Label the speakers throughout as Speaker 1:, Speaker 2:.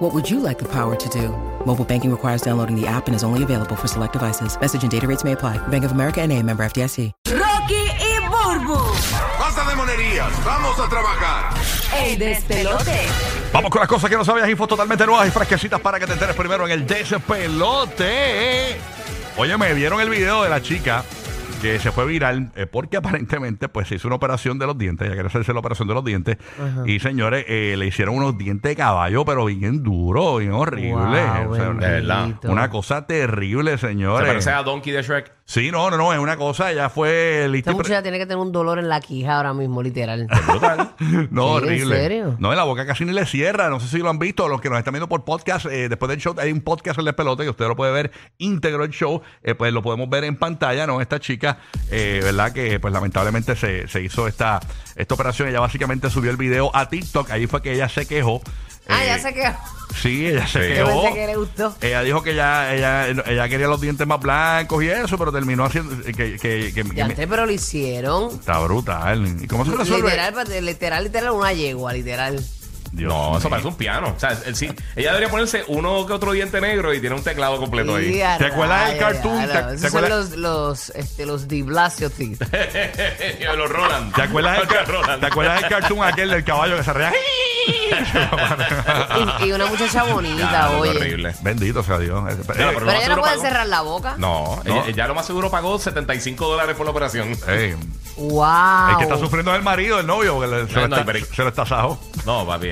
Speaker 1: What would you like the power to do? Mobile banking requires downloading the app and is only available for select devices. Message and data rates may apply. Bank of America and a member FDIC.
Speaker 2: Rocky y Burbu.
Speaker 3: Basta de monerías, vamos a trabajar.
Speaker 2: El despelote.
Speaker 4: Vamos con las cosas que no sabías, infos totalmente nuevas y fresquecitas para que te enteres primero en el despelote. Oye, me vieron el video de la chica que se fue viral eh, porque aparentemente pues se hizo una operación de los dientes, ya quería hacerse la operación de los dientes. Y señores, eh, le hicieron unos dientes de caballo, pero bien duro, bien horrible.
Speaker 5: Wow,
Speaker 4: O sea,
Speaker 5: bendito.
Speaker 4: de verdad, Una cosa terrible,
Speaker 6: Se
Speaker 4: señores.
Speaker 6: parece a Donkey de Shrek.
Speaker 4: Sí, no, no, no, es una cosa, ya fue lista
Speaker 5: Esta
Speaker 4: y pre-
Speaker 5: muchacha tiene que tener un dolor en la quija ahora mismo, literal.
Speaker 4: No,
Speaker 5: Sí, ¿en
Speaker 4: horrible.
Speaker 5: serio?
Speaker 4: No, en la boca casi ni le cierra. No sé si lo han visto. Los que nos están viendo por podcast, eh, después del show, hay un podcast el de pelota que usted lo puede ver íntegro el show. Eh, pues lo podemos ver en pantalla, ¿no? Esta chica, eh, ¿verdad? Que pues lamentablemente se, se hizo esta, esta operación. Ella básicamente subió el video a TikTok. Ahí fue que ella se quejó.
Speaker 5: ah,
Speaker 4: Eh,
Speaker 5: ya sé que.
Speaker 4: Sí, ella se
Speaker 6: Sí.
Speaker 5: Yo
Speaker 4: quejó.
Speaker 5: pensé que le gustó.
Speaker 4: Ella dijo que ya ella, ella quería los dientes más blancos y eso, pero terminó haciendo. Que, que, que- que-
Speaker 5: Ya sé, pero lo hicieron.
Speaker 4: Está brutal. ¿Y cómo se resuelve?
Speaker 5: Literal, pa- literal, literal, una yegua, literal.
Speaker 4: Dios
Speaker 6: No, eso
Speaker 4: mío.
Speaker 6: parece un piano. O sea, el- sí, ella debería ponerse uno que otro diente negro y tiene un teclado completo ahí.
Speaker 5: Ya,
Speaker 4: ¿Te acuerdas del
Speaker 5: ya,
Speaker 4: cartoon?
Speaker 5: ya,
Speaker 4: ¿Te-
Speaker 5: ya.
Speaker 4: te
Speaker 5: Esos son
Speaker 4: acuerdas?
Speaker 5: los, los, este, los Di Blasio Things.
Speaker 6: Los Roland.
Speaker 4: ¿Te acuerdas, del,
Speaker 6: Los
Speaker 4: ca-
Speaker 6: Roland.
Speaker 4: ¿Te acuerdas del cartoon aquel del caballo que se reía?
Speaker 5: y, y una muchacha bonita,
Speaker 6: Ya,
Speaker 5: oye.
Speaker 6: horrible.
Speaker 4: Bendito sea Dios. Eh,
Speaker 6: pero
Speaker 5: Pero ella
Speaker 6: Lo
Speaker 5: no
Speaker 6: más
Speaker 5: puede
Speaker 6: seguro
Speaker 5: cerrar la boca.
Speaker 6: No,
Speaker 4: No.
Speaker 6: Ella, ella lo más seguro pagó 75 dólares por la operación.
Speaker 4: eh,
Speaker 5: Wow.
Speaker 4: el que está sufriendo es el marido, el novio, porque le- se,
Speaker 6: No,
Speaker 4: lo está,
Speaker 6: no hay break.
Speaker 4: se lo está sajo.
Speaker 6: No, papi.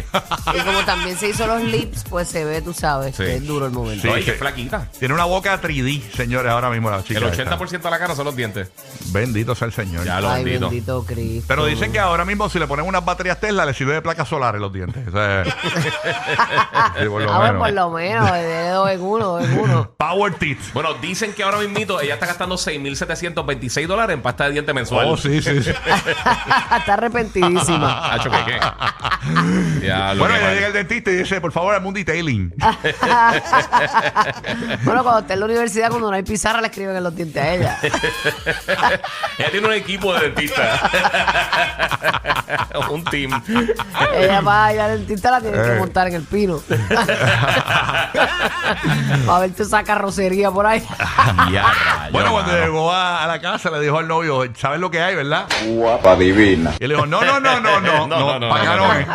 Speaker 5: Y como también se hizo los lips, pues se ve, tú sabes,
Speaker 6: Sí.
Speaker 5: que es duro el momento.
Speaker 4: Sí,
Speaker 6: Oye, qué
Speaker 4: sí.
Speaker 6: flaquita.
Speaker 4: Tiene una boca 3D, señores, ahora mismo la chica.
Speaker 6: El
Speaker 4: esta.
Speaker 6: 80% de la cara son los dientes.
Speaker 4: Bendito sea el Señor.
Speaker 6: Ya lo
Speaker 5: Ay,
Speaker 6: bendito.
Speaker 5: bendito Cristo.
Speaker 4: Pero dicen que ahora mismo si le ponen unas baterías Tesla le sirve de placas solares los dientes. O sea, sí, por lo
Speaker 5: Ah, bueno,
Speaker 4: menos.
Speaker 5: por lo menos, de dos en uno, dos en uno.
Speaker 4: Power Teeth.
Speaker 6: Bueno, dicen que ahora mismito ella está gastando 6.726 dólares en pasta de diente mensual.
Speaker 4: Oh, sí, sí, sí.
Speaker 5: está arrepentidísima.
Speaker 6: Ah, choque, ¿qué? Ya, lo eh.
Speaker 4: bueno,
Speaker 6: que
Speaker 4: ya
Speaker 6: mal.
Speaker 4: llega el dentista y dice, por favor, hazme un detailing.
Speaker 5: Bueno, cuando está en la universidad, cuando no hay pizarra, le escriben en los dientes a ella.
Speaker 6: Ella tiene un equipo de dentista. un team.
Speaker 5: ella va allá al dentista, la tienen que
Speaker 4: Eh.
Speaker 5: montar en el pino. Para ver toda esa carrocería por ahí.
Speaker 6: Ya, rayos,
Speaker 4: Bueno, cuando
Speaker 6: mano.
Speaker 4: llegó a, a la casa le dijo al novio, ¿sabes lo que hay, verdad?
Speaker 7: guapa divina.
Speaker 4: Y él dijo, no, no, no, no, no,
Speaker 6: No,
Speaker 4: no,
Speaker 6: no, no,
Speaker 4: para acá
Speaker 6: no,
Speaker 4: no
Speaker 6: no.
Speaker 4: es.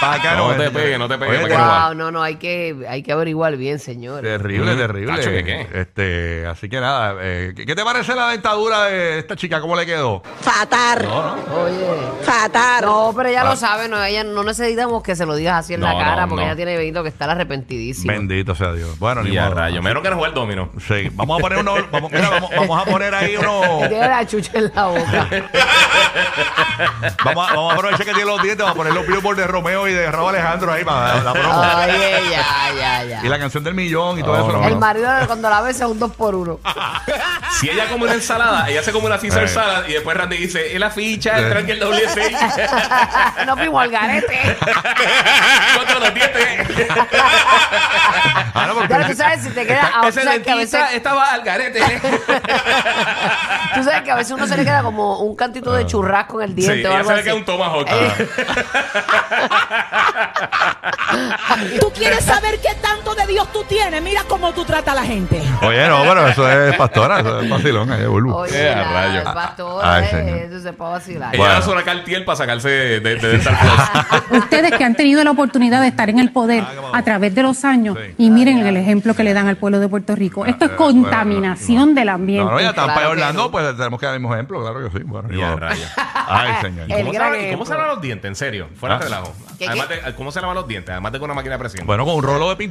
Speaker 4: Para acá no
Speaker 6: No
Speaker 4: es.
Speaker 6: te pegues, no te
Speaker 4: Oye,
Speaker 6: pegues, para que no
Speaker 4: terri-
Speaker 6: va.
Speaker 5: wow, no, no, hay que, hay que averiguar bien, señores.
Speaker 4: Terrible,
Speaker 6: Mm,
Speaker 4: terrible.
Speaker 6: tacho, ¿qué, qué?
Speaker 4: Este, así que nada, eh, ¿qué qué te parece la dentadura de esta chica? ¿Cómo le quedó?
Speaker 8: Fatar,
Speaker 5: Oye.
Speaker 8: fatar.
Speaker 5: No, pero ella lo sabe, no, ella no necesitamos que se lo digas así en la
Speaker 6: Ah. No,
Speaker 5: cara,
Speaker 6: no,
Speaker 5: porque
Speaker 6: no.
Speaker 5: ella tiene venido que estar arrepentidísima.
Speaker 4: Bendito sea Dios. Bueno, ni
Speaker 6: Ya,
Speaker 4: modo.
Speaker 6: rayo. Menos que no jugar el domino.
Speaker 4: Sí, vamos a poner uno, vamos, mira, vamos, vamos a poner ahí uno,
Speaker 5: Tiene la chucha en la boca.
Speaker 4: vamos a, vamos a aprovechar que tiene los dientes, vamos a poner los billboards de Romeo y de Raúl Alejandro ahí para la broma.
Speaker 5: Oye, ya, ya, ya.
Speaker 4: Y la canción del millón y todo
Speaker 6: No,
Speaker 4: eso.
Speaker 6: Ah. Oh, no,
Speaker 4: ¿no?
Speaker 5: El marido cuando la ve es un dos por uno.
Speaker 6: Si ella come una ensalada, ella se come una Caesar
Speaker 4: Eh.
Speaker 6: salad y después Randy dice, es la ficha,
Speaker 4: Eh.
Speaker 6: el tranque, el doble seis
Speaker 5: no fuimos al garete.
Speaker 6: contra los dientes.
Speaker 4: Ah, no, porque-
Speaker 5: Ya tú sabes si te queda. ah, tú,
Speaker 6: Ese
Speaker 5: sabes que a veces,
Speaker 6: dentista estaba al garete.
Speaker 5: tú sabes que a veces uno se le queda como un cantito de churrasco en el
Speaker 6: Ah. Sí,
Speaker 5: diente o
Speaker 6: ella
Speaker 5: algo
Speaker 6: se le
Speaker 5: así.
Speaker 6: queda un tomahawk.
Speaker 4: Ah,
Speaker 8: Tú quieres saber qué tanto de Dios tú tienes. Mira cómo tú tratas a la gente.
Speaker 4: Oye, no, pero eso es pastora, eso es vacilón, ahí, boludo.
Speaker 5: Oye,
Speaker 6: Eh, a
Speaker 5: la-
Speaker 6: rayo.
Speaker 5: el pastor,
Speaker 4: Ay,
Speaker 5: eh,
Speaker 4: señor.
Speaker 5: eso se puede vacilar.
Speaker 6: Ella
Speaker 4: Bueno.
Speaker 6: lanzó una cartier para sacarse de, de, de Dental Plus.
Speaker 9: Ustedes que han tenido la oportunidad de estar en el poder a través de los años
Speaker 4: Ah, Sí.
Speaker 9: y miren el ejemplo que le dan al pueblo de Puerto Rico. Esto es
Speaker 4: Eh, bueno, no, no.
Speaker 9: contaminación del
Speaker 4: No, no, ya
Speaker 9: ambiente.
Speaker 4: está
Speaker 5: Claro
Speaker 4: para
Speaker 5: que
Speaker 4: Orlando,
Speaker 5: no.
Speaker 4: pues tenemos que dar el mismo ejemplo, claro que sí. Bueno, ni
Speaker 6: Ya,
Speaker 4: modo.
Speaker 6: rayos.
Speaker 4: Ay, señor.
Speaker 5: El gran
Speaker 6: ¿Cómo se, lava- ¿Cómo se
Speaker 5: ejemplo.
Speaker 6: lavan los dientes? En serio, fuera
Speaker 4: Ah.
Speaker 6: de relajo.
Speaker 5: ¿Qué,
Speaker 6: Además de- ¿Cómo se lavan los dientes? Además de con una máquina de presión.
Speaker 4: Bueno, con un rolo de pintura.